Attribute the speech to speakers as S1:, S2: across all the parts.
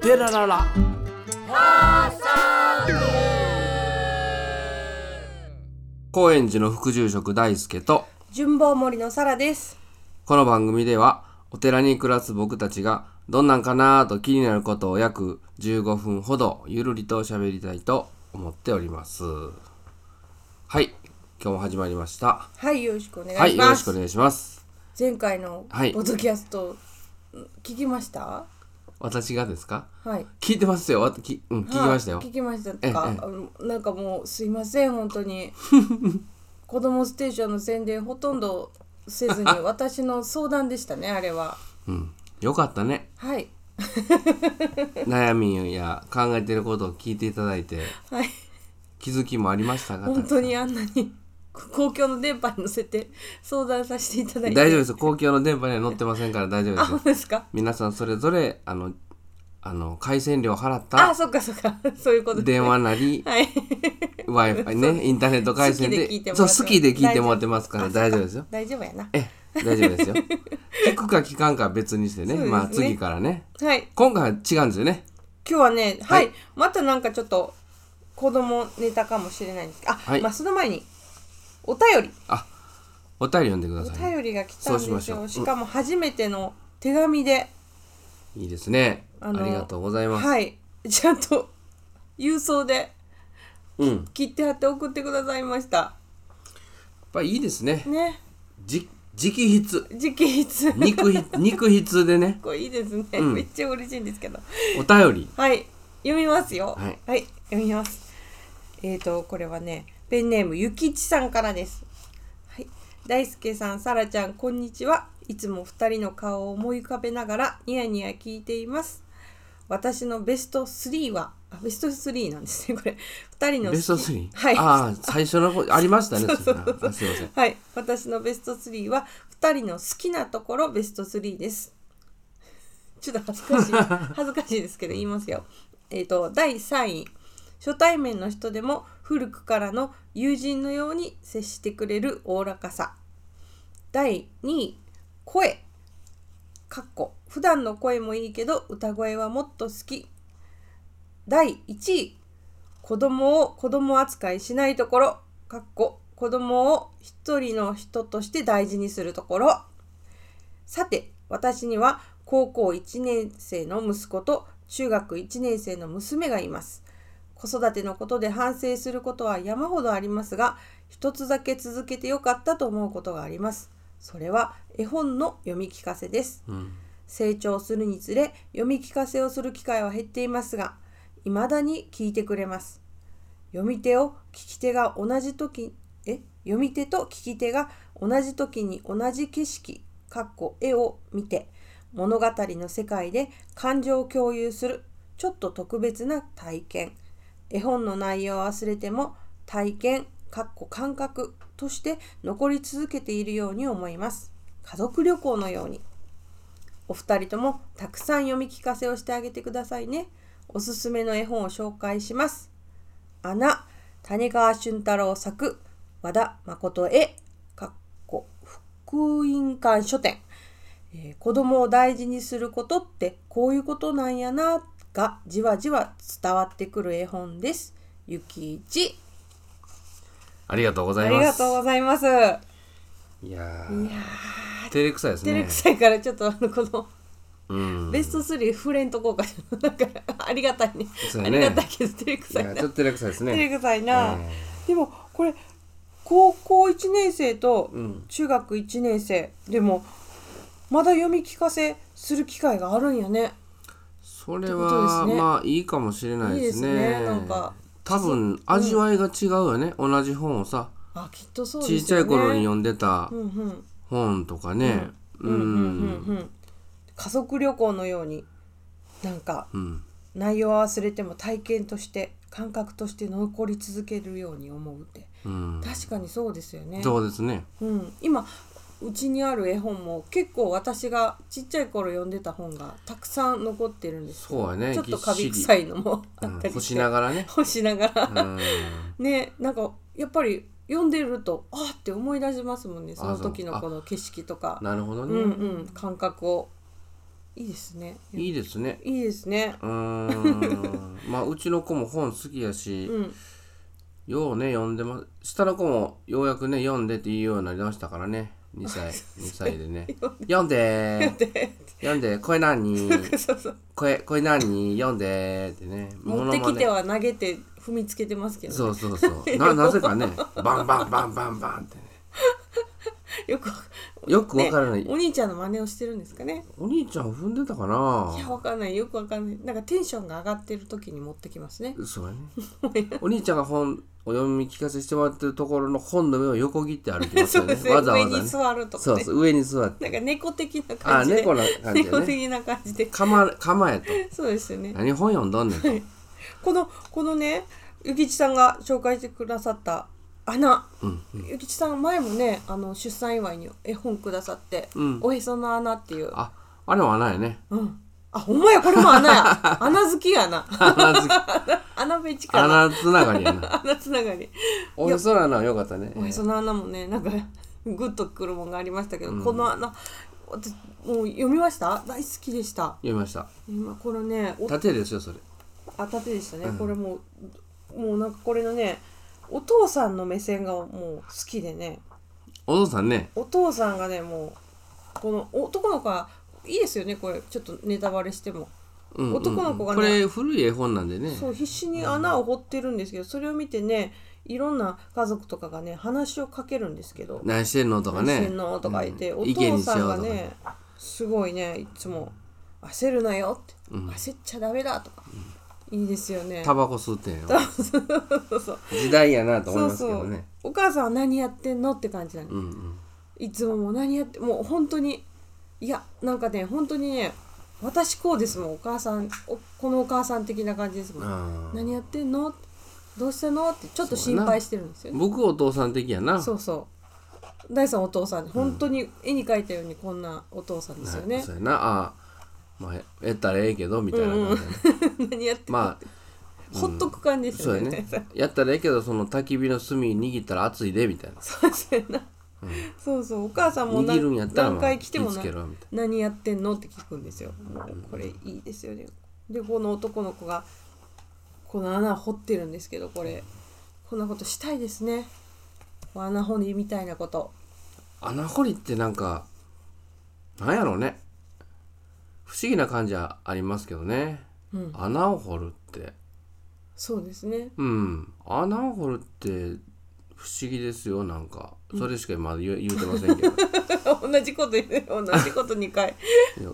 S1: テラララ
S2: 高円寺の副住職大輔と
S3: 順坊森のサラです。
S2: この番組ではお寺に暮らす僕たちがどんなんかなーと気になることを約15分ほどゆるりと喋りたいと思っておりますはい今日も始まりました
S3: はい、よろしくお願
S2: はい
S3: し
S2: いよろ
S3: ま
S2: し
S3: す。
S2: くお願いします
S3: 前回の
S2: はい
S3: ポッドキャスト、うん聞きました？
S2: 私がですか
S3: はい。
S2: 聞いてますよわきうん聞きましたよ、
S3: はい聞きました
S2: ええ
S3: か。あのなんかもうすいません本当 に。子供ステーションの宣伝ほとんどせ ずに私の相談でしたねあれは。
S2: うんよかったね
S3: はい
S2: 悩みや考えてることを聞いていただいて
S3: はい。
S2: 気づきもありましたか
S3: 本当にあんなに 公共の電波に乗せて相談させていただいて。
S2: 大丈夫です公共の電波には乗ってませんから大丈夫で
S3: あ
S2: すよ
S3: 本当ですか？
S2: 皆さんそれぞれあのあの回線料払っ
S3: あ
S2: た
S3: そっかそっかそういうことですね
S2: 電話な り
S3: はい。
S2: w i f i ねインターネット回線で
S3: 好きで聞いても
S2: そう
S3: らってます
S2: 好きで聞いてもらってますから大丈夫ですよ
S3: 大丈夫やな。
S2: ええ大丈夫です よ聞くか聞かんかは別にしてね
S3: そうですね
S2: まあ次からね
S3: はい。
S2: 今回は違うんですよね
S3: 今日はね、
S2: は
S3: はいい、またなんかちょっと子供ネタかもしれないんですけど、あ、
S2: はい
S3: まあその前にお便り、
S2: あお便り読んでくだ
S3: お
S2: さい
S3: 便りが来たんです
S2: そう
S3: よ。
S2: しまし
S3: し
S2: ょううん
S3: かも初めての手紙で、
S2: いいですねあ
S3: あの
S2: りがとうございます、
S3: はい、ちゃんと郵送で
S2: うんやっ
S3: 切って貼って送ってくださいました。
S2: ぱりいいですね
S3: ね、
S2: じ直筆
S3: 直筆。
S2: 肉筆 肉筆でね
S3: これいいですね、
S2: うん
S3: めっちゃ嬉しいんですけど。
S2: お便り
S3: はい、読みますよ。
S2: はい
S3: 読みます。えっ、と、これはね、ペンネームゆきちさんからです。はい、大輔さん、さらちゃん、こんにちは。いつも二人の顔を思い浮かべながら、ニヤニヤ聞いています。私のベスト3は、あベスト3なんですね、これ。二人の好き
S2: ベスト 3?
S3: はい。
S2: ああ最初のことありましたね
S3: そうそうそう
S2: それあすいません
S3: はい、私のベスト3は2人の好きなところベスト3です。ちょっと恥ずかし い恥ずかしいですけど言いますよ。えっ、と第3位初対面の人でも古くからの友人のように接してくれるおおらかさ。第2位声かっこ普段の声もいいけど歌声はもっと好き。第1位子供を子供扱いしないところかっこ子供を一人の人として大事にするところさて私には高校1年生の息子と中学1年生の娘がいます子育てのことで反省することは山ほどありますが一つだけ続けてよかったと思うことがありますそれは絵本の読み聞かせです
S2: うん
S3: 成長するにつれ読み聞かせをする機会は減っていますが未だに聞いてくれます読み手を聞き手が同じ時え読み手と聞き手が同じ時に同じ景色かっこ絵を見て物語の世界で感情を共有するちょっと特別な体験絵本の内容を忘れても体験かっこ感覚として残り続けているように思います家族旅行のようにお二人ともたくさん読み聞かせをしてあげてくださいね。おすすめの絵本を紹介します。穴、谷川俊太郎作、和田誠絵、かっこ、福音館書店。えー子供を大事にすることってこういうことなんやながじわじわ伝わってくる絵本です。ゆきいち。
S2: ありがとうござ
S3: あ
S2: い
S3: り
S2: ま
S3: が
S2: す
S3: とうございます。いや
S2: いやー
S3: ー、
S2: 照れくさいですね
S3: 照れくさいからちょっとあのこの。
S2: うん
S3: ベスト3触れんとこうかなんかありがたいね
S2: そうや
S3: あ
S2: ね
S3: りがたいけど照れく
S2: い
S3: さい
S2: や
S3: な
S2: ちょっと照れくさいです
S3: 照れ
S2: ね
S3: くさいな、
S2: え
S3: でもこれ高校1年生と
S2: うん
S3: 中学1年生でもまだ読み聞かせする機会があるんやね
S2: それ
S3: ってことで
S2: は
S3: すね
S2: まあいいかもしれないですね
S3: いいですねなんか
S2: 多分味わいが違うよね、同じ本をさ
S3: あきっとそう
S2: 小
S3: です
S2: さ
S3: よね
S2: い頃に読んでた
S3: うんうん
S2: 本とかねう
S3: うんうん
S2: ん
S3: うんうん家族旅行のようになんか
S2: うん
S3: 内容は忘れても体験として感覚として残り続けるように思うって
S2: うん
S3: 確かにそうですよね
S2: そうですね
S3: うん、今うちにある絵本も結構私がちっちゃい頃読んでた本がたくさん残ってるんですよ
S2: そうやね
S3: ちょっとカビ
S2: ぎっし
S3: 臭
S2: り
S3: いのも あ
S2: う
S3: っ
S2: ん
S3: たり
S2: 干
S3: し
S2: し
S3: て、
S2: ながらね
S3: 干しながら
S2: うん
S3: ねなんかやっぱり読んでるとあーって思い出しますもんねそ
S2: あ
S3: の
S2: そう
S3: 時のこの景色とか
S2: なるほど
S3: う
S2: ね、
S3: んうん感覚をいいですね
S2: いいですね
S3: いいですね
S2: うー んまあうちの子も本好きやし、
S3: うん
S2: ようね読んでます下の子もようやくね読んでって言うようになりましたからね2歳2歳で ね読んで読んでこれ何
S3: そうそう
S2: これこれ何読んでってね
S3: 持ってきて
S2: は
S3: は投げて踏みつけてますけど、
S2: そうそうそう ななぜかねバンバンバンバンバンってね
S3: よく
S2: よくわからない、
S3: ねお兄ちゃんの真似をしてるんですかね
S2: お兄ちゃん踏んでたかない
S3: やわかんないよくわかんないなんかテンションが上がってる時に持ってきますね
S2: そうやね お兄ちゃんが本を読み聞かせしてもらってるところの本の上を横切って歩きます
S3: そ
S2: よ
S3: う
S2: ね
S3: ですね
S2: わざわざ
S3: 上
S2: ね
S3: に座るとか
S2: そう
S3: ね
S2: そう上に座っ
S3: なん
S2: て
S3: か猫的な
S2: あ
S3: 感じで
S2: 猫な 感じで
S3: 猫
S2: ね
S3: 的な感じで
S2: 構え構えと
S3: そうですよね
S2: 何本読んどんねんと
S3: このこのねゆきちさんが紹介してくださった穴、
S2: うん
S3: ゆきちさん前もねあの出産祝いに絵本くださって「
S2: うん
S3: おへその穴」っていうあ,、
S2: ああれはないね
S3: うん、あほんまやこれも穴や 穴好きやな
S2: 穴つ
S3: 穴べちから
S2: 穴つながりやな
S3: 穴つながり
S2: おへその穴はよかったね
S3: おへその穴もねなんか グッとくるもんがありましたけど、この穴私もう読みました大好きでした
S2: 読みました
S3: 今このねお
S2: 縦ですよそれ
S3: あ縦でしたね、これもうもうなんかこれのねお父さんの目線がもう好きでね
S2: お父さんね
S3: お父さんがねもうこの男の子はいいですよねこれちょっとネタバレしても、
S2: うんうんうん
S3: 男の子がね
S2: これ古い絵本なんでね
S3: そう必死に穴を掘ってるんですけどそれを見てねいろんな家族とかがね話をかけるんですけど
S2: 何してんのと
S3: 「
S2: かね
S3: 何してんの?」とか言って、
S2: うん
S3: お
S2: 意見
S3: 父
S2: にし
S3: さん
S2: よう
S3: が
S2: とか
S3: ねすごいねいつも「焦るなよ」って「焦っちゃダメだ」とか、いいですよね。
S2: タバコ吸ってんよ
S3: そうそう
S2: 時代やなと思い
S3: そう
S2: ますけ
S3: そ
S2: ど
S3: う
S2: ね
S3: お母さんは何やってんのって感じなの、
S2: うんうん
S3: いつももう何やってもう本当にいやなんかね本当にね私こうですもんお母さんおこのお母さん的な感じですもん
S2: あー
S3: 何やってんのどうしたのってちょっと心配してるんですよね
S2: 僕お父さん的やな
S3: そうそう大さんお父さん本当に絵に描いたようにこんなお父さんですよね、
S2: そうやなあーまあやったらええけどみたいな感じやね
S3: 何やってんの
S2: まあ
S3: ほっとく感じです
S2: そ
S3: よ
S2: うや
S3: ね,、
S2: ねやったらええけどその焚き火の炭握ったら熱いでみたいな
S3: そうそうやな、そうそうお母さんもな
S2: 握るんやったら
S3: 何
S2: まあ
S3: 回
S2: 気
S3: 来ても
S2: つ
S3: な
S2: けろみたい
S3: 何やってんのって聞くんですよもうこれいいですよねでこの男の子がこの穴を掘ってるんですけどこれこんなことしたいですね穴掘りみたいなこと
S2: な穴掘りってなんかなんやろうね不思議な感じはありますけどね、
S3: うん
S2: 穴を掘るって
S3: そうですね
S2: うん穴を掘るって不思議ですよなんかそれしか今言う言うてませんけど い
S3: 同じこと言うね同じこと2回
S2: や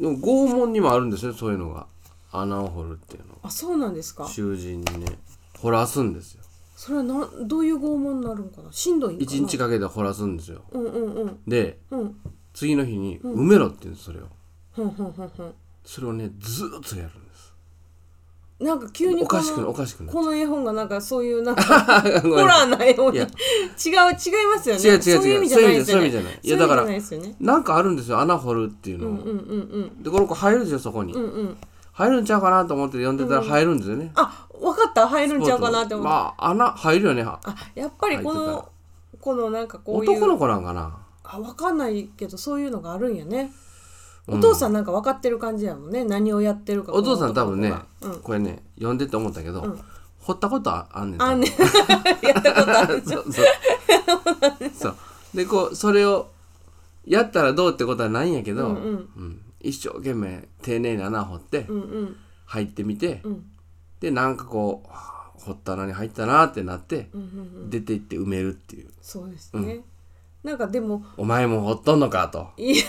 S2: でも拷問にもあるんですよそういうのが穴を掘るっていうのが
S3: あそうなんですか
S2: 囚人にね掘らすんですよ
S3: それはなんどういう拷問になるんかなしんどいんかな
S2: 一日かけて掘らすんですよ
S3: うんうんうん
S2: で
S3: うん
S2: 次の日に埋めろって言うんですそれを
S3: ふんふんふんふん
S2: それをねずーっとやるんです
S3: なんか急に
S2: お
S3: こ
S2: かしくな
S3: の
S2: おかしくな
S3: この絵本がなんかそういうなんか
S2: ご
S3: ホ
S2: めん
S3: ラーな絵本
S2: い
S3: に違
S2: や
S3: う違います
S2: 違う違う違
S3: よね
S2: う
S3: そういう意味じゃないですよね
S2: そういう意味じゃない
S3: そう
S2: いうや
S3: 意味
S2: だ
S3: じ
S2: から
S3: ゃないですよね
S2: なんかあるんですよ穴掘るっていうの、
S3: うんうんうん
S2: でこの子入るんですよそこに、
S3: うんうんうん
S2: 入るんちゃうかなと思って読んでたら入るんですよね、
S3: あ分かった入るんちゃうかなって思って、
S2: まあ穴入るよね
S3: あ、やっぱりこ
S2: 入って
S3: のこのなんかこういう
S2: 男の子なんかな
S3: あ分かんないけどそういうのがあるんやね、
S2: うん
S3: お父さんなんか分かってる感じやもんね何をやってるか
S2: お父さん多分ね、
S3: この男の子が
S2: これね読んでって思ったけど、掘ったことはあんねん
S3: うん、あね やったことある
S2: そうそうそうでこうそれをやったらどうってことはないんやけど、
S3: うんうん
S2: うん一生懸命丁寧に穴掘って
S3: うんうん
S2: 入ってみて、
S3: うん
S2: でなんかこうはあ掘った穴に入ったなってなって、
S3: うんうん
S2: 出て行って埋めるっていう
S3: そうですね、なんかでも
S2: 「お前も掘っとんのか」と
S3: いや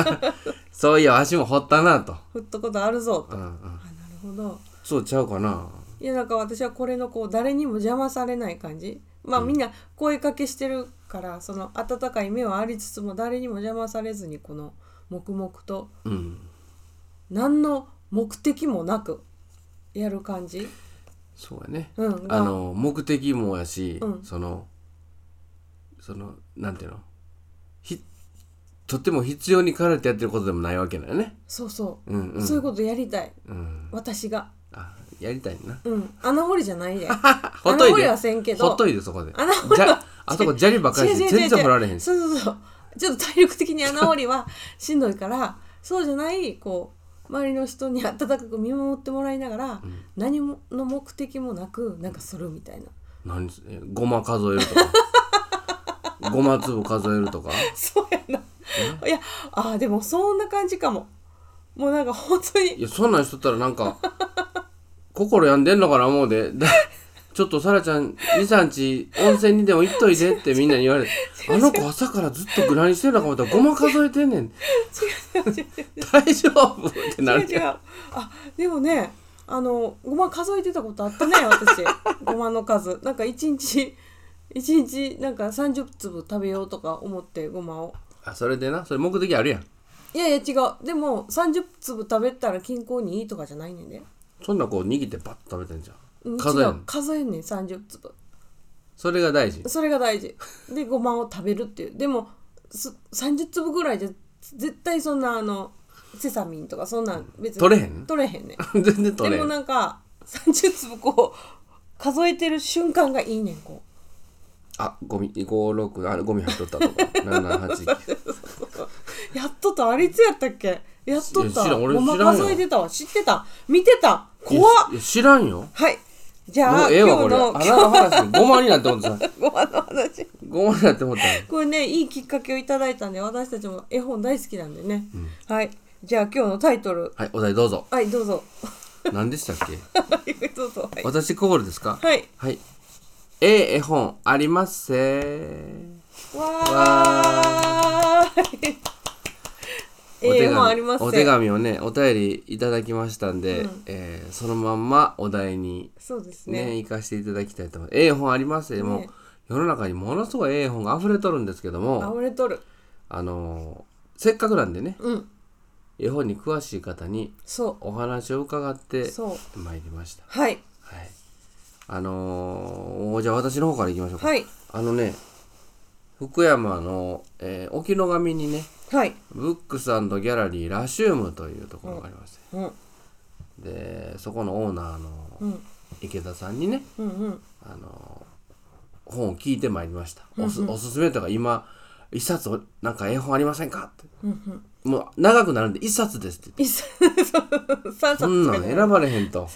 S2: 「そういやわしも掘ったな」と、
S3: 振ったことあるぞ
S2: う
S3: と、
S2: んうん
S3: あ、なるほど
S2: そうちゃうかない
S3: やなんか私はこれのこう誰にも邪魔されない感じまあみんな声かけしてるからその温かい目はありつつも誰にも邪魔されずにこの黙々と
S2: うん
S3: 何の目的もなくやる感じ
S2: そうやね、
S3: うん
S2: あの目的もやし、
S3: うん
S2: そのそのなんていうのひとても必要に駆られてやってることでもないわけだよね
S3: そうそう、
S2: うんうん
S3: そういうことやりたい
S2: うん
S3: 私が
S2: あやりたいな
S3: うん穴掘りじゃないで
S2: ほっとい
S3: 穴掘り
S2: て
S3: はせんけど
S2: ほっといてそこで
S3: 穴掘り
S2: じゃあそこ砂利ばっかりして全然掘られへんし
S3: そうそうそうちょっと体力的に穴掘りはしんどいからそうじゃないこう周りの人に温かく見守ってもらいながら、
S2: うん
S3: 何もの目的もなくなんかするみたいな
S2: 何すえごま数えるとか ごま粒数えるとか
S3: そうやないやあーでもそんな感じかももうなんか本当に
S2: いやそんなんしとったらなんか心病んでんのかな思うでだちょっとさらちゃん23日温泉にでも行っといてってみんなに言われてあの子朝からずっとグラにしてるのか思ったらごま数えてんねん大丈夫ってな
S3: 違う
S2: る
S3: 違うあでもねあのごま数えてたことあったね私 ごまの数なんか一日一日なんか30粒食べようとか思ってごまを
S2: あそれでなそれ目的あるやん
S3: いやいや違うでも30粒食べたら健康にいいとかじゃないねんで
S2: そんなこう握ってバッと食べてんじゃ
S3: うんん
S2: 数え
S3: 違
S2: ん
S3: う数えんねん30粒
S2: それが大事
S3: それが大事でごまを食べるっていうでもす30粒ぐらいじゃ絶対そんなあのセサミンとかそんなん別に
S2: 取れへん
S3: 取れへんね
S2: 全
S3: ん
S2: 然取れ
S3: で
S2: へ
S3: も
S2: ん
S3: なんか30粒こう数えてる瞬間がいいねんこ
S2: あゴミ56あゴミ入っとったとか789
S3: うやっとったあれいつやったっけやっとっ
S2: いや知
S3: た
S2: らん俺
S3: ごま
S2: 知らんよ
S3: 数えてたわ知ってた見てた怖っ
S2: いや知らんよ
S3: はいじゃ
S2: も
S3: あ
S2: うええ
S3: 今
S2: わ
S3: 日
S2: これ
S3: の
S2: 穴の話でごまになって思ってた
S3: ごまの話
S2: ごまになって思った
S3: これねいいきっかけをいただいたんで私たちも絵本大好きなんでね、はいじゃあ今日のタイトル
S2: はいお題どうぞ
S3: はいどうぞ
S2: 何でしたっけ
S3: どうぞはい、
S2: 私コールですか
S3: はい、
S2: はいええ絵本ありますせ
S3: わーいええもうあります
S2: お手紙をねお便りいただきましたんで、
S3: うん
S2: えーそのまんまお題に
S3: そうです
S2: ね
S3: ね
S2: 行かせていただきたいと思いますええ本ありますせ、もう
S3: ね
S2: 世の中にものすごいええ本が溢れとるんですけど
S3: あ
S2: も
S3: 俺とる
S2: あのーせっかくなんでね
S3: うん
S2: 絵本に詳しい方に
S3: そ
S2: お話を伺っ
S3: う
S2: て
S3: そう
S2: まいりました
S3: はい
S2: はいあのーじゃあ私の方からいきましょうか、
S3: はい
S2: あのね福山の、えー沖野上にね
S3: はい
S2: ブックスギャラリーラシウムというところがありまして、
S3: うん
S2: でそこのオーナーの
S3: うん
S2: 池田さんにね
S3: うんうん
S2: あの本を聞いてまいりましたおす,、おすすめとか今一冊おなんか絵本ありませんかって
S3: うんうん
S2: もう長くなるんで一冊ですって言って
S3: 一冊三冊
S2: そん
S3: と
S2: な
S3: か
S2: ん
S3: じゃ
S2: 選
S3: ない
S2: ばれへんと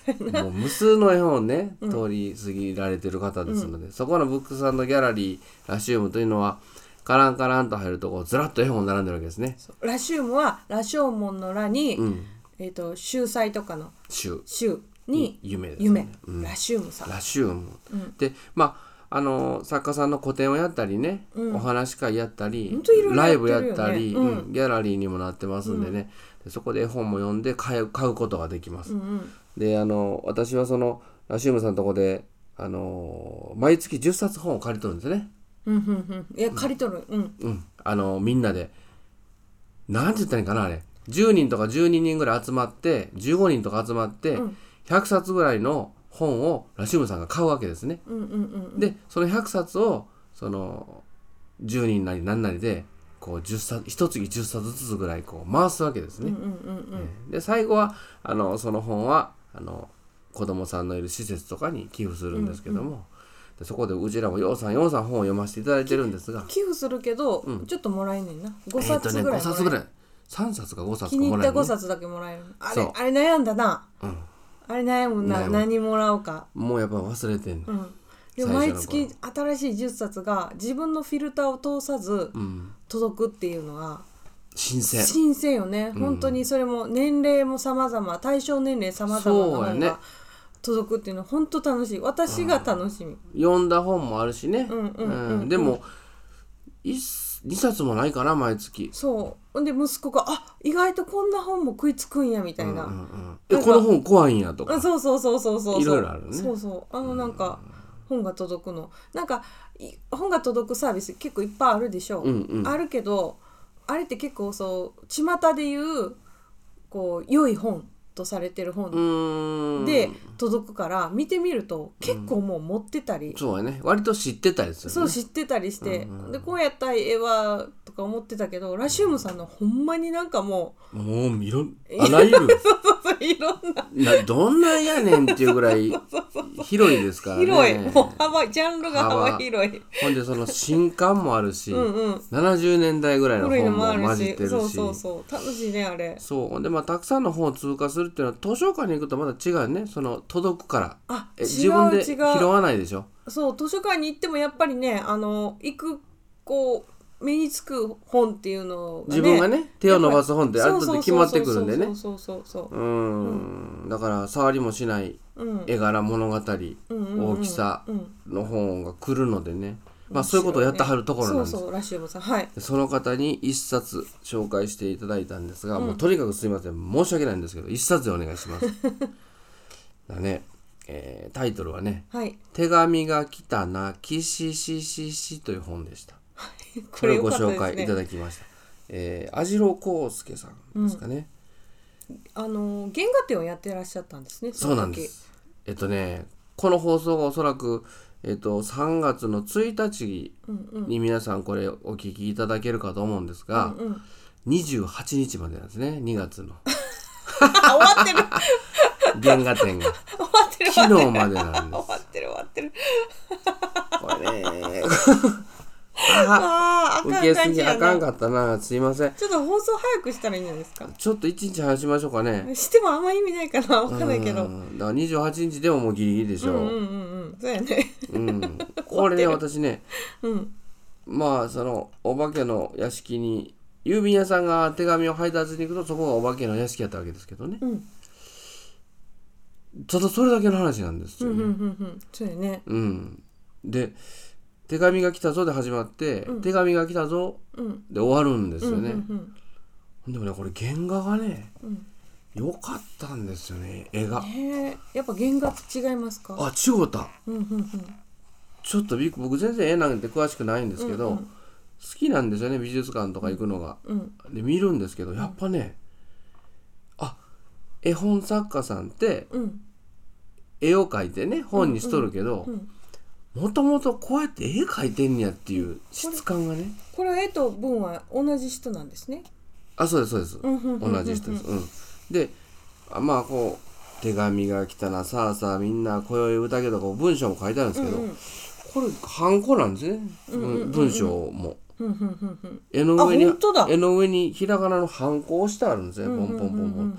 S2: もう無数の絵本をね通り過ぎられてる方ですので、そこのブックスギャラリーラシウムというのはカランカランと入るとこうずらっと絵本並んでるわけですね。
S3: そうラシウムは羅生門の羅に、
S2: うん、
S3: えっ、と秀才とかの
S2: 週
S3: 秀に
S2: 夢です、ね、
S3: 夢、
S2: うん
S3: ラシウムさん
S2: ラシウム、
S3: うん
S2: でまああの作家さんの個展をやったりね、
S3: うん
S2: お話し会やったり、
S3: ほんといろいろ
S2: ライ
S3: やって
S2: ブ
S3: る
S2: や
S3: よね
S2: ったり、
S3: うん
S2: うんギャラリーにもなってますんでね、でそこで絵本も読んで買う買うことができます、
S3: うんうん
S2: であの私はそのラシウムさんのとこであの毎月10冊本を借りとるんですね
S3: うんうんうんいや借りとるうん
S2: うんあのみんなでなんて言ったらいいんかなあれ10人とか12人ぐらい集まって15人とか集まって、
S3: うん
S2: 100冊ぐらいの本をラシウムさんが買うわけですね
S3: うんうんうんうん
S2: でその100冊をその10人なり何なりでこう10冊一月10冊ずつぐらいこう回すわけです
S3: うん
S2: ね。
S3: うんうん
S2: で最後はあのその本はあの子供さんのいる施設とかに寄付するんですけども、でそこでうちらもようさんようさん本を読ませていただいてるんですが
S3: 寄付するけど、ちょっともらえねんな5冊ぐらい
S2: えーとね、5冊ぐら
S3: い
S2: い3冊か5冊か
S3: 気に入
S2: も
S3: っ
S2: らえ
S3: た
S2: るね
S3: 5冊だけもらえるあ
S2: そ
S3: れ
S2: う
S3: あれ悩んだな
S2: うん、
S3: あれ悩む
S2: 悩
S3: な
S2: む
S3: 何もらおうか
S2: もうやっぱ忘れてんの、
S3: うん、でも
S2: 最
S3: 毎
S2: 初の頃
S3: 月新しい10冊が自分のフィルターを通さず
S2: うん、
S3: 届くっていうのは
S2: 新鮮
S3: 新鮮よね、本当にそれも年齢も様々対象年齢様々な
S2: そうや
S3: 本
S2: ね
S3: が届くっていうのは本当楽しい私が楽しみ、
S2: 読んだ本もあるしね、
S3: うんうんうん
S2: でも2冊もないかな毎月、
S3: そうほんで息子が「あ意外とこんな本も食いつくんや」みたいな、
S2: うんうん
S3: な
S2: え
S3: んか
S2: この本怖いんやと
S3: あ
S2: か
S3: そうそうそうそうそうそう
S2: いろいろあるね
S3: そうそうあのなんか本が届くのなんかい本が届くサービス結構いっぱいあるでしょ、
S2: うんうん
S3: あるけどあれって結構そう巷でいうこう良い本とされてる
S2: う
S3: 本
S2: ーん
S3: で届くから見てみると結構もう持ってたり、
S2: そうやね割と知ってたりする、ね、
S3: そう知ってたりして、でこうやったらええわとか思ってたけどラシウムさんのほんまになんかも
S2: もういろんあらゆる
S3: うそうそういろんな
S2: などんなんやねんっていうぐらい広いですからね
S3: 広いもう幅ジャンルが幅広い
S2: ほんでその新刊もあるし
S3: うんうん
S2: 70年代ぐらいの
S3: 古いの
S2: 本
S3: もあ
S2: も混
S3: る
S2: じっ
S3: して
S2: るし
S3: そうそうそう楽しいねあれ
S2: そうほんでまあたくさんの本を通過するっていうのは図書館に行くとまた違うねその届くから
S3: あ
S2: え
S3: 違う
S2: 自分で
S3: 違
S2: 拾
S3: う
S2: わないでしょ
S3: そう図書館に行ってもやっぱりねあの行くこう目につく本っていうのがね
S2: 自分がね手を伸ばす本ってある
S3: そう
S2: 程
S3: そ
S2: 度
S3: う
S2: 決
S3: そう
S2: まってくるんでね
S3: そうそうそうそう
S2: うーんだから触りもしない
S3: うん
S2: 絵柄物語
S3: うんうんうん
S2: 大きさ
S3: うん
S2: の本が来るのでねまあそういうことをやってはるところなんです
S3: そうそうラッシュボさんはい
S2: でその方に一冊紹介していただいたんですが、
S3: うん
S2: もうとにかくすいません申し訳ないんですけど一冊でお願い しますだね、えータイトルはね
S3: はい
S2: 「手紙が来たなきしししし」という本でしたこ
S3: こ
S2: れ
S3: れ
S2: をご
S3: 良かっ
S2: 紹
S3: たです
S2: 介いた
S3: ね
S2: だきました、えー、網代康介さんですかね、
S3: あの原画展をやってらっしゃったんですね
S2: そうなんですえっとねこの放送がおそらくえっと3月の1日
S3: その時うんうん
S2: に皆さんこれお聞きいただけるかと思うんですが、
S3: うんうん、
S2: 28日までなんですね2月の
S3: あ終わってる
S2: 原画展 が
S3: 終わってる終わ
S2: 昨日までなんです
S3: ってる終わってる
S2: これねあ
S3: あー
S2: 受
S3: あかん
S2: けす
S3: 感じ
S2: ぎ
S3: や
S2: あか
S3: なん
S2: かったなすいません
S3: ちょっと放送早くしたらいいんじゃないですか
S2: ちょっと一日話しましょうかね
S3: してもあんま意味ないかなわかんないけど
S2: う
S3: うん
S2: だから28日でももうギリギリでし
S3: んうん
S2: ょ
S3: うんうんそうやね
S2: う、うん、これ ね私ね
S3: うん
S2: まあそのお化けの屋敷に郵便屋さんが手紙を配達に行くとそこがお化けの屋敷やったわけですけどね
S3: うん
S2: ただそれだけの話なんです
S3: う
S2: よ
S3: ん
S2: ね、
S3: うんうんうんそうやね
S2: うん、で「手紙が来たぞ」で始まって「手紙が来たぞ
S3: うん」
S2: で終わるんです
S3: うん
S2: よ
S3: うん
S2: ね、
S3: うん
S2: でもねこれ原画がね
S3: うん
S2: 良かったんですよね絵が
S3: へえやっぱ原画と違いますか
S2: あ違うた
S3: うんうんうん
S2: ちょっとびっく僕全然絵なんて詳しくないんですけど、
S3: うんう
S2: 好
S3: ん
S2: きなんですよね美術館とか行くのが
S3: うん
S2: で見るんですけどやっぱね、あ絵本作家さんって
S3: うん
S2: 絵を描いてね本にしとるけど
S3: うん
S2: もともとこうやって絵描いてんやっていう質感がね
S3: これは絵と文は同じ人なんですね
S2: あそうですそうです、
S3: うんうんうんうん
S2: 同じ人です、うん、であまあこう手紙が来たなさあさあみんな今宵宴とか文章も書いてあるんですけど、
S3: うんうん
S2: これハンコなんですね、うん文章も
S3: うんうんうんうん
S2: 絵の上に
S3: あ本当だ
S2: 絵の上にひらがなのハンコをしてあるんですねポンポンポンポン,、
S3: うんうんうん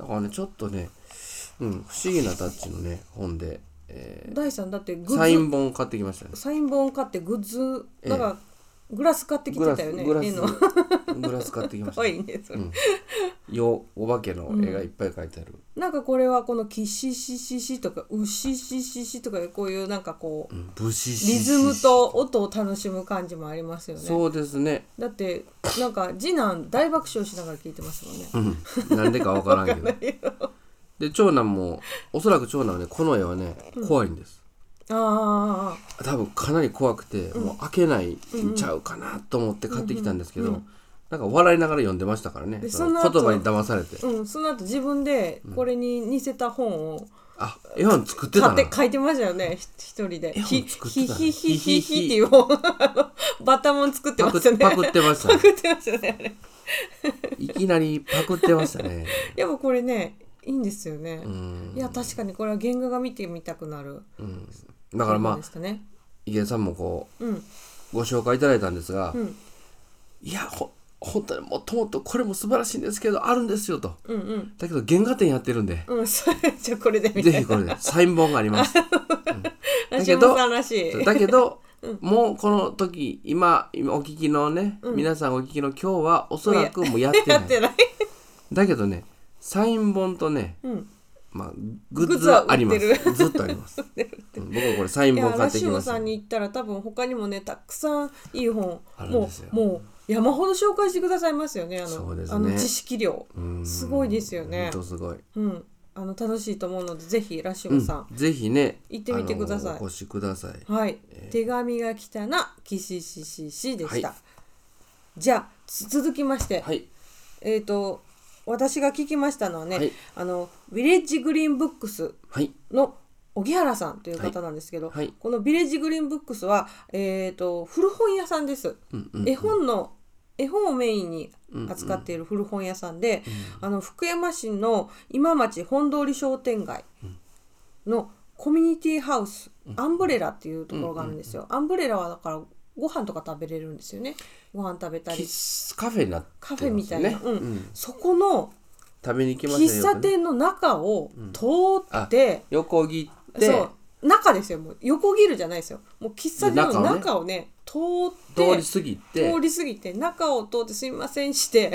S2: だからねちょっとね、うん、不思議なタッチのね本で、え
S3: うん大さんだってグッ
S2: ー
S3: ズ
S2: サイン本買ってきましたね
S3: サイン本買ってグッズ
S2: ええ
S3: だからグラス買ってき
S2: グ
S3: て
S2: ラ
S3: た
S2: ス
S3: よね
S2: グラ
S3: 絵
S2: ス
S3: のか
S2: グラス買ってきました
S3: わいいねそれ、
S2: うんよお化けの絵がいっぱい描いてある、
S3: なんかこれはこの「キシシシシ」とか「ウシシシシ」とかこういうなんかこう
S2: うん、ブシシシ
S3: リズムと音を楽しむ感じもありますよね
S2: そうですね。
S3: だってなんか次男大爆笑しながら聞いてますもんね
S2: うん。なんでかわからんけど。で、長男も、おそらく長男はね、この絵はね、怖いんです。
S3: あ
S2: 多分かなり怖くて、もう開けないんちゃうかなと思って買ってきたんですけど、なんか笑いながら読んでましたからね。
S3: で
S2: その
S3: その後
S2: 言葉に騙されて。
S3: あうんその後自分でこれに似せた本を
S2: あ、絵本作ってた
S3: 買っ
S2: な
S3: て。書いてましたよねひ一人で「
S2: 絵
S3: ひ
S2: 本作って
S3: ひ
S2: たね
S3: ひひひひ」っていう本あのバタモン作ってま
S2: パク
S3: したね
S2: パクってました、ね。
S3: 作ってましたねあれ
S2: いきなりパクってましたね。
S3: でもこれねいいんですよね、
S2: うん
S3: い。や確かにこれは原画が見てみたくなる
S2: うん、だから
S3: そう
S2: ま
S3: で
S2: あ、
S3: したね
S2: 池江さんもこ
S3: うん
S2: う、ご紹介いただいたんですが、
S3: うん
S2: いや、ほ、本当にもっともっとこれも素晴らしいんですけど、あるんですよと。
S3: うんうん
S2: だけど原画展やってるん で、
S3: うんそれじゃあこれでみた
S2: ぜひ
S3: い
S2: これでサイン本があります。
S3: な
S2: だ
S3: ラ
S2: け
S3: ジ
S2: ど
S3: オさんらしい
S2: だけど、もうこの時、今、今お聞きのね、
S3: うん
S2: 皆さんお聞きの今日はおそらくもうやって
S3: や
S2: な
S3: っ
S2: い。
S3: てない
S2: だけどね、サイン本とね、
S3: うん
S2: まあ、グッズはありま
S3: グ ッズは売って
S2: す。ずっとあります。うん僕はこれサイン
S3: いや
S2: 本買
S3: ラ
S2: って
S3: ジ
S2: きま
S3: オ
S2: す。
S3: さんに行ったら多分他にもねたくさんいい本
S2: あるん
S3: も
S2: ですよ
S3: うもう山ほど紹介してくださいますよねあ
S2: そ
S3: の
S2: うですね
S3: あの知識量
S2: うん
S3: すごいですよね
S2: ほんとすごい。
S3: うんあの楽しいと思うのでぜひラジ
S2: う
S3: オ
S2: ん
S3: さん、、
S2: ぜひね、
S3: 行ってみてください
S2: あのお越しください。
S3: はい、手紙が来たなキシシシシでした、
S2: は
S3: じゃあつ続きまして、
S2: はい。
S3: えっ、と私が聞きましたのはね、
S2: はい
S3: あのヴィレッジグリーンブックス
S2: はい。
S3: の荻原さんという方なんですけど、
S2: はいはい
S3: このヴィレッジグリーンブックスは、えー、と古本屋さんです、
S2: うんうん。
S3: 絵本の絵本をメインに扱っている古本屋さんで、あの福山市の今町本通り商店街のコミュニティハウスアンブレラっていうところがあるんですよ、アンブレラはだからご飯とか食べれるんですよねご飯食べたり
S2: 喫カフェになってます
S3: カ
S2: ね
S3: フェみたいな、う
S2: う
S3: ん
S2: ん
S3: そこの
S2: 食べに行きました
S3: 喫茶店の中を通って、
S2: 横切って
S3: そう中ですよもう横切るじゃないですよもう喫茶店の中をね通って
S2: 通り過ぎて
S3: 通り過ぎて中を通って「すいません」して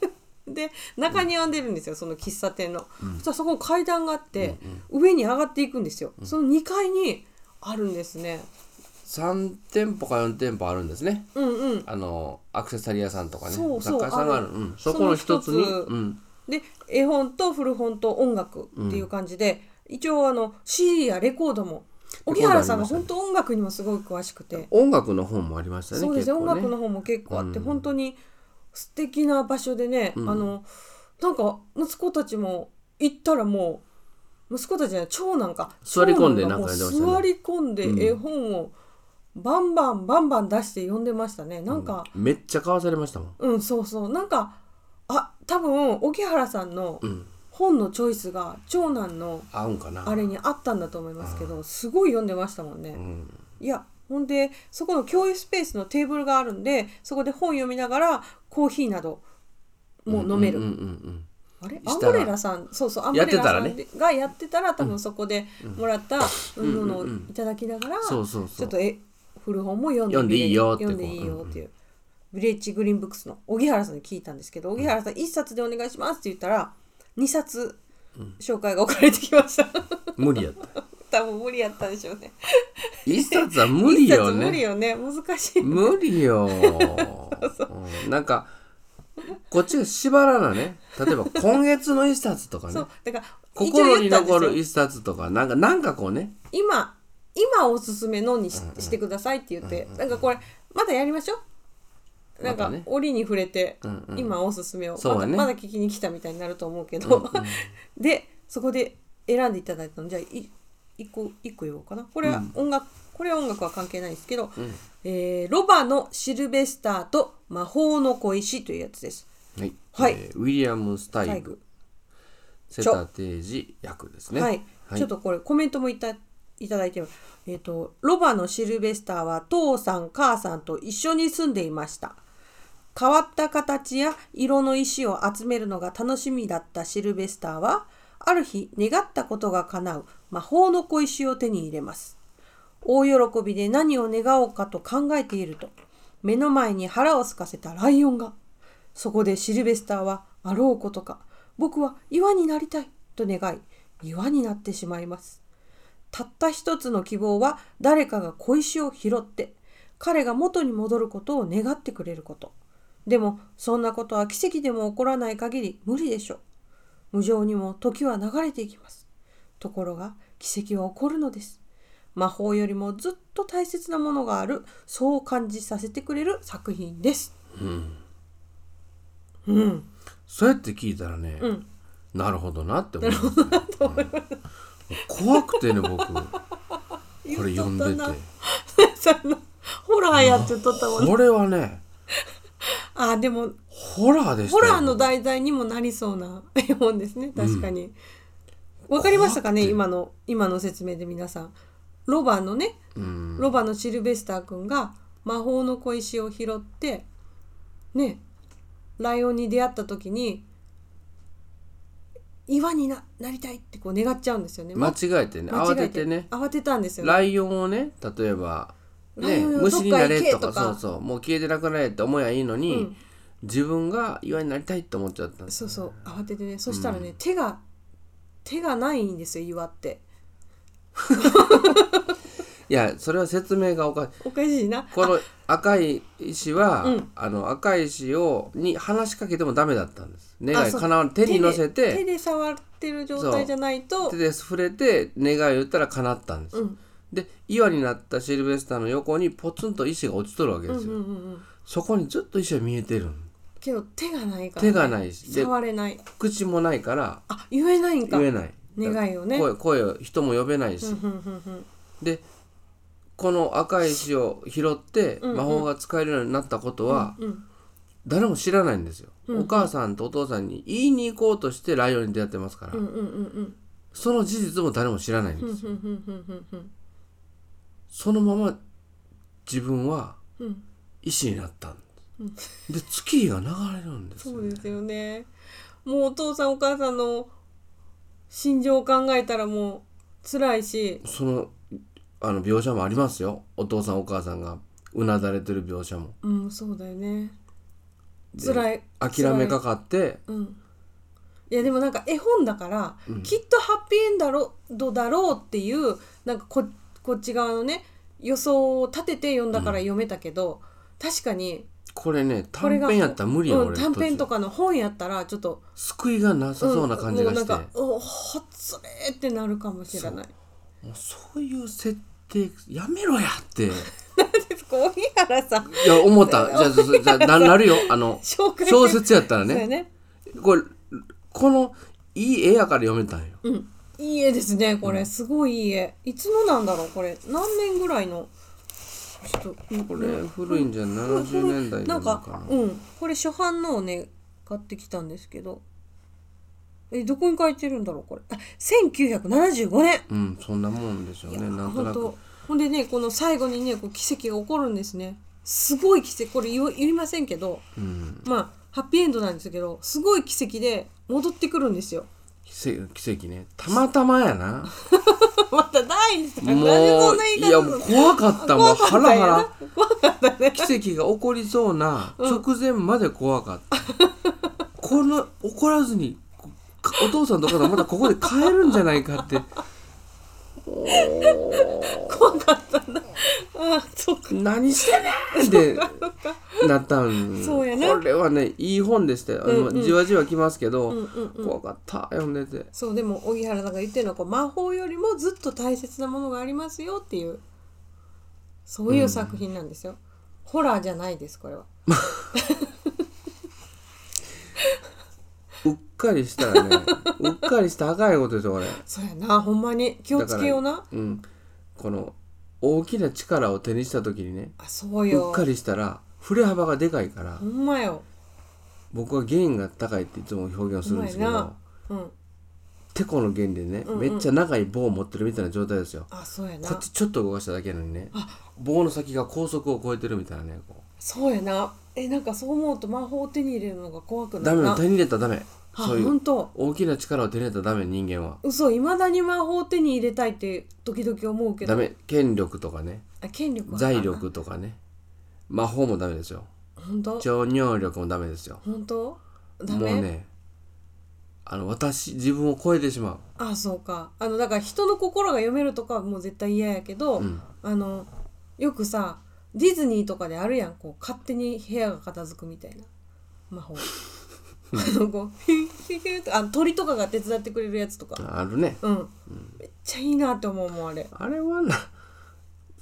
S3: で中に編んでるんですよその喫茶店の、そしたらそこ階段があって、上に上がっていくんですよ、その2階にあるんですね
S2: 3店舗か4店舗あるんですね
S3: うんうん
S2: あのアクセサリー屋さんとかね
S3: そうそ
S2: 雑
S3: う
S2: 貨屋さんがある
S3: ある
S2: うん、そこの一つに
S3: その一つ
S2: うん、
S3: で絵本と古本と音楽っていう感じで、一応あの CD やレコードも
S2: レコード
S3: 荻原さんが
S2: ありましたね
S3: 本当音楽にもすごい詳しくて、
S2: 音楽の本もありましたね
S3: そうですね音
S2: 結構ね
S3: 楽の方も結構あって、本当に素敵な場所でね、あのなんか息子たちも行ったらもう息子たちじゃない長男か
S2: 座り込んで
S3: 長男がも
S2: なん
S3: う
S2: かやってましたね
S3: 座り込んで絵本をバンバンバンバン出して読んでましたねなんか、
S2: めっちゃ買わされましたもん
S3: うん、そうそうなんかあ多分沖原さんの
S2: ん
S3: 本のチョイスが長男の
S2: 合うんかな
S3: あれにあったんだと思いますけどすごい読んでましたもんね。
S2: うん、
S3: いやほんでそこの共有スペースのテーブルがあるんでそこで本読みながらコーヒーなどもう飲める、
S2: うんうんうん
S3: あれアン
S2: したら
S3: ブレラさんそうそうアンブ
S2: やっ
S3: レ
S2: て
S3: ラ
S2: た
S3: さ
S2: らね
S3: んでがやってたら多分そこでもらったものをいただきながら、
S2: そうそう
S3: ち
S2: そ
S3: ょ
S2: う
S3: っとえ古本も読んで
S2: 読んでいいよって
S3: 読んでいいよっていう、ブレッジグリーンブックスの荻原さんに聞いたんですけど荻原さん1冊でお願いしますって言ったら2冊紹介が送られてきました、
S2: 無理やった
S3: 多分無理やったでしょうね
S2: 一冊は無理よ
S3: 一冊無理
S2: ね
S3: よね難しい
S2: 無理よ、うんなんかこっちが縛らなね例えば今月の一冊とかね
S3: そうだから
S2: 心に残
S3: 一応
S2: る
S3: 言ったんで
S2: 一
S3: すよ
S2: 冊とかなんかなんかこうね
S3: 今今おすすめのにし,、てくださいって言って、なんかこれまたやりましょうなん
S2: また
S3: か
S2: ね
S3: 折に触れて、
S2: んうん
S3: 今おすすめを
S2: そう
S3: ま
S2: だ
S3: だ
S2: ね
S3: まだ聞きに来たみたいになると思うけど、 でそこで選んでいただいたのじゃあい一個一個言おうかなこれは音楽、これは音楽は関係ないんですけど、えーロバのシルベスターと魔法の小石というやつです。
S2: はい、
S3: はい
S2: えーウィリアム・スタイグセタテージ役ですね
S3: はい、
S2: はい
S3: ちょっとこれコメントもいたいただいてますえっ、とロバのシルベスターは父さん母さんと一緒に住んでいました変わった形や色の石を集めるのが楽しみだったシルベスターはある日願ったことが叶う魔法の小石を手に入れます大喜びで何を願おうかと考えていると目の前に腹を空かせたライオンがそこでシルベスターはあろうことか僕は岩になりたいと願い岩になってしまいますたった一つの希望は誰かが小石を拾って彼が元に戻ることを願ってくれることでもそんなことは奇跡でも起こらない限り無理でしょう無情にも時は流れていきますところが奇跡は起こるのです魔法よりもずっと大切なものがあるそう感じさせてくれる作品ですうん
S2: そうやって聞いたらね、
S3: ん
S2: なるほどなって思います、ね、うん怖くてね 僕これ読んでて
S3: そのホラーやってとったもんね
S2: これはね
S3: あでも
S2: ホラーでした
S3: ホ
S2: よ
S3: ラーの題材にもなりそうな 絵本ですね確かに、わかりましたかね今の今の説明で皆さんロバのね、
S2: うん
S3: ロバのシルベスター君が魔法の小石を拾ってねライオンに出会った時に岩にななりたいってこう願っちゃうんですよね、
S2: 間違えてね
S3: 間
S2: 慌
S3: 違
S2: て
S3: え
S2: てね
S3: 慌てたんですよね
S2: ライオンをね例えば
S3: ラ
S2: ね
S3: イオンよ
S2: 虫になれとか
S3: どっか行けとか
S2: そうそうもう消えてなくなれって思えばいいのに、
S3: うん
S2: 自分が岩になりたいって思っちゃったんです
S3: そうそう慌ててねそしたらね、手が手がないんですよ岩って
S2: いやそれは説明がおかしい
S3: おかしいな
S2: この赤い石は、
S3: うん
S2: あの赤い石をに話しかけてもダメだったんです願
S3: あ
S2: い
S3: そう
S2: 叶わ手に乗せ
S3: 手で手
S2: て
S3: で触ってる状態じゃないと
S2: 手で触れて願いを言ったら叶ったんです、
S3: うん
S2: で岩になったシルベスターの横にポツンと石が落ちとるわけですよ、
S3: うんうんうん
S2: そこにずっと石が見えてるの
S3: けど手がないから、
S2: 手がないしで
S3: 触れない
S2: 口もないから
S3: あ言えないんか
S2: 言えない
S3: 願いをね
S2: 声声を人も呼べないし、
S3: うんうんうん
S2: でこの赤い石を拾って
S3: うんうん
S2: 魔法が使えるようになったことは
S3: うんうん
S2: 誰も知らないんですよ、
S3: うん
S2: お母さんとお父さんに言いに行こうとしてライオンに出会ってますから、
S3: うんうんうんうん
S2: その事実も誰も知らないん
S3: ふ
S2: で
S3: ん
S2: す
S3: ふんふんふんふんふん
S2: そのまま自分は
S3: うん
S2: 医師になったんですで月日が流れるんです
S3: そ
S2: よ
S3: う
S2: ね
S3: ですよねもうお父さんお母さんの心情を考えたらもう辛いし
S2: そのあの描写もありますよお父さんお母さんがうなだれてる描写も
S3: うんそうだよね
S2: で
S3: 辛い
S2: 諦めかかって
S3: うんいやでもなんか絵本だから、
S2: うん
S3: きっとハッピーエンドだろドだろうっていうなんかここっち側のね予想を立てて読んだから読めたけど、確かに、
S2: これね
S3: こ
S2: 短
S3: れが
S2: 編やったら無理や、
S3: うん
S2: 俺
S3: 短編と
S2: か
S3: かの本やったらちょっと
S2: 救いがなさそうな感じがして、
S3: うんもうなんかおほっつれーってなるかもしれない
S2: もうそういう設定やめろやってい
S3: 小木原さん
S2: や思 ったじゃあそそじゃあななるよあの
S3: 紹介
S2: 小説やったら
S3: そう
S2: ね
S3: やね
S2: これこのいい絵やから読めたんよ
S3: うんいい絵ですねこれ、すごいいい絵いつのなんだろうこれ何年ぐらいのちょっと
S2: こ
S3: こ
S2: れ古いんじゃん70年代
S3: な
S2: の
S3: ん
S2: か
S3: か
S2: な
S3: うんこれ初版のをね買ってきたんですけどえどこに書いてるんだろうこれあ1975年
S2: うんそんなもんでしょうねなんと
S3: ほ
S2: なんく
S3: とほんでねこの最後にねこう奇跡が起こるんですねすごい奇跡これ言う言いませんけど
S2: うん
S3: まあハッピーエンドなんですけどすごい奇跡で戻ってくるんですよ
S2: 奇跡奇跡ねたまたまやな
S3: また第二弾
S2: もう
S3: なんでそんな言い
S2: や
S3: 方する
S2: もう怖
S3: の
S2: かったもう
S3: 怖か
S2: ハ
S3: った
S2: ラハ
S3: んやな
S2: ラ
S3: 怖かったね
S2: 奇跡が起こりそうな
S3: うん
S2: 直前まで怖かった、この怒らずにこお父さんとお母さんまだここで帰るんじゃないかって
S3: 怖かったなあーそうか
S2: 何してねんって
S3: そうか
S2: なったん
S3: そうやな
S2: これはねいい本でしたよ、
S3: うんうん
S2: じわじわきますけど、
S3: うんうんうん
S2: 怖かった読んでて
S3: そうでも荻原さんが言ってるのはこう魔法よりもずっと大切なものがありますよっていうそういう作品なんですよ、ホラーじゃないですこれは
S2: うっかりしたらねうっかりしたらあかんいことですよこれ
S3: そうやなほんまに気をつけような
S2: うんこの大きな力を手にした時にね
S3: あそう
S2: う
S3: よ
S2: っかりしたら振れ幅がでかいから
S3: ほんまよ
S2: 僕は原因が高いっていつも表現をするんですけ
S3: うまい
S2: ど
S3: なうん
S2: テコの原理でね、
S3: うんうん
S2: めっちゃ長い棒を持ってるみたいな状態ですよ
S3: あそうや
S2: こ
S3: な
S2: っちちょっと動かしただけなのにね棒の先が高速を超えてるみたいなねこ
S3: そうやなえなんかそう思うと魔法を手に入れるのが怖く
S2: う
S3: な
S2: ダ
S3: る
S2: メ
S3: な
S2: よ手に入れたらダメ
S3: あ
S2: そうい
S3: ほ
S2: うん
S3: と
S2: 大きな力を手に入れたらダメ人間は
S3: 嘘いまだに魔法を手に入れたいって時々思うけど
S2: ダメ権力とかね
S3: あ権力は
S2: 財力とかね魔法もダメですよ
S3: 本当
S2: 超能力もダメですよ
S3: 本当ダ
S2: もう
S3: メ、
S2: ねあの私自分を超えてしま
S3: あそうかあのだから人の心が読めるとかはもう絶対嫌やけど、
S2: う、うん、
S3: あのよくさディズニーとかであるやんこう勝手に部屋が片付くみたいな魔法あのこうヒュッヒュッヒュッとあ鳥とかが手伝ってくれるやつとか
S2: あるね
S3: うん、めっちゃいいなって思うもんあれ
S2: あれはな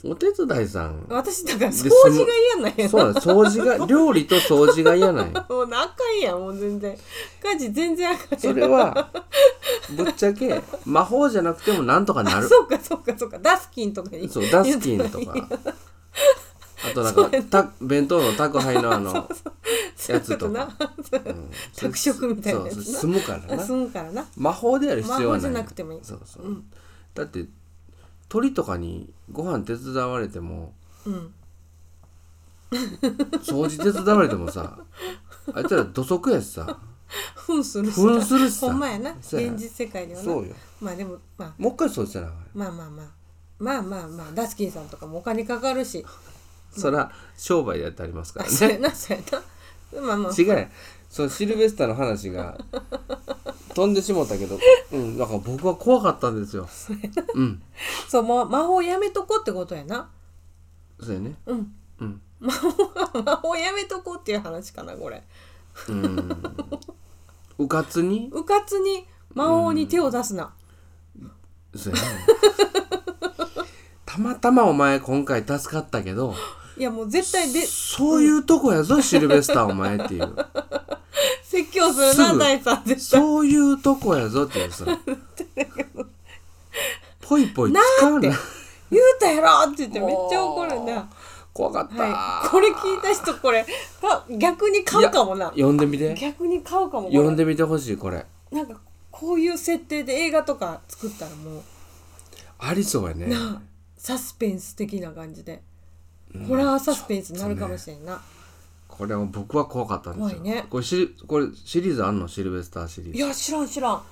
S2: お手伝いさん
S3: 私だから掃
S2: で
S3: 除が嫌なんや
S2: そう
S3: な
S2: なんです掃除が料理と掃除が嫌なんよ
S3: もう仲いいやんもう全然家事全然赤
S2: それはぶっちゃけ魔法じゃなくてもなんとかなる
S3: そうかそうかそうかダスキンとかに
S2: そうダスキンと
S3: 言
S2: か
S3: ったらいい
S2: あとなんかた弁当の宅配のあ の
S3: そういうこと
S2: や
S3: な宅食みたいなやつ
S2: そう
S3: な
S2: そう住むからな
S3: 済むからな
S2: 魔法である必要はない
S3: 魔法じゃなくてもいい
S2: そうそう、
S3: うん
S2: だって鳥とかにご飯手伝われても
S3: うん
S2: 掃除手伝われても さあいつら土足やしさ
S3: 扮するし
S2: 扮するしさ
S3: ほんまやな
S2: そうやな
S3: 現実世界ではな
S2: そうよ
S3: まあでも、まあ、
S2: もう一回掃除せなあかんよ
S3: まあまあまあまあまあまあダスキンさんとかもお金かかるし
S2: そら商売でやってありますか
S3: あ
S2: ら
S3: そう
S2: ね
S3: やなそうやなまあま あ
S2: 違うやんそのシルベスターの話が飛んでしもたけど、うん、だから僕は怖かったんですよ。うん、
S3: そうま魔法やめとこってことやな
S2: そうやね。
S3: うん
S2: うん、
S3: 魔法やめとこっていう話かなこれ
S2: うん、うかつに、
S3: うかつに魔法に手を出すな、
S2: そうやね。たまたまお前今回助かったけど、
S3: いやもう絶対で
S2: そういうとこやぞ、シルベスターお前っていう。
S3: 説教する
S2: す
S3: な
S2: ぐ
S3: 大さん絶対
S2: そういうとこやぞっていうさ。ぽいぽい使うな。
S3: 言うたやろって言ってめっちゃ怒るな
S2: 怖かった。
S3: はいこれ聞いた人これか逆に買うかもな
S2: 読んでみて。
S3: 逆に買うかもこれ
S2: 読んでみてほしいこれ
S3: なんかこういう設定で映画とか作ったらもう
S2: ありそうやね
S3: なサスペンス的な感じで、ホラーサスペンスになるかもしれんな、
S2: これも僕は怖かったんですよ
S3: 怖いね
S2: これしこれシリーズあんのシルベスターシリー
S3: い
S2: ズ
S3: や知らん知らん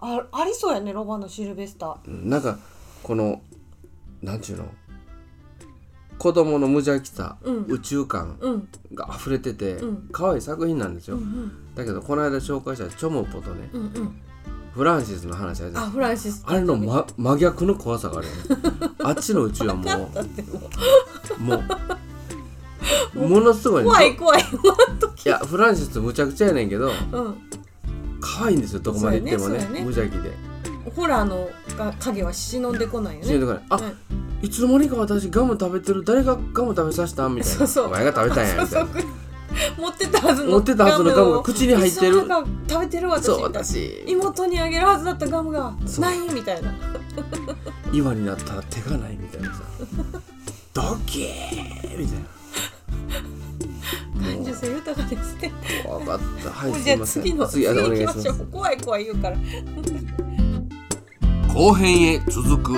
S3: あありそうやねロバのシルベスター
S2: なんかこのなんちゅうの子供の無邪気さ、
S3: うん
S2: 宇宙観
S3: うん
S2: が溢れてて、
S3: うん
S2: 可愛い作品なんです
S3: う
S2: よ、
S3: んうん
S2: だけどこの間紹介したチョモポとね
S3: うんうん
S2: フランシスの話あるじゃ
S3: あ
S2: ん
S3: フランシス
S2: あれの、ま、真逆の怖さがあるよね あっちの宇宙はも
S3: だっても
S2: う
S3: う
S2: もうものすごい,、ね、
S3: 怖い怖い
S2: いやフランシスむちゃくちゃやねんけど
S3: うん
S2: 可愛いんですよどこまで行ってもね
S3: そうやねそうやね
S2: 無邪気で。
S3: ホラーのが影は忍んでこないよ
S2: 死ぬ
S3: ね
S2: とかにあ、
S3: はい
S2: いつの間にか私ガム食べてる誰がガム食べさせたみたいな
S3: そうそう
S2: お前が食べたんや
S3: そう
S2: みた
S3: そ
S2: いうな
S3: 持ってたはずの
S2: 持ってたはずのガムが口に入ってる
S3: そうなんか食べてる私
S2: そう私
S3: 妹にあげるはずだったガムが
S2: そう
S3: ないみたいな
S2: 今になったら手がないみたいなさドキーみたいな
S3: 感受性豊かですね
S2: 怖かったはい
S3: もう
S2: す
S3: じゃ
S2: い
S3: あ
S2: ません
S3: 次の次
S2: あのお
S3: 行
S2: 願いし
S3: きま
S2: ます
S3: しょう怖い怖い言うから
S2: 後編へ続く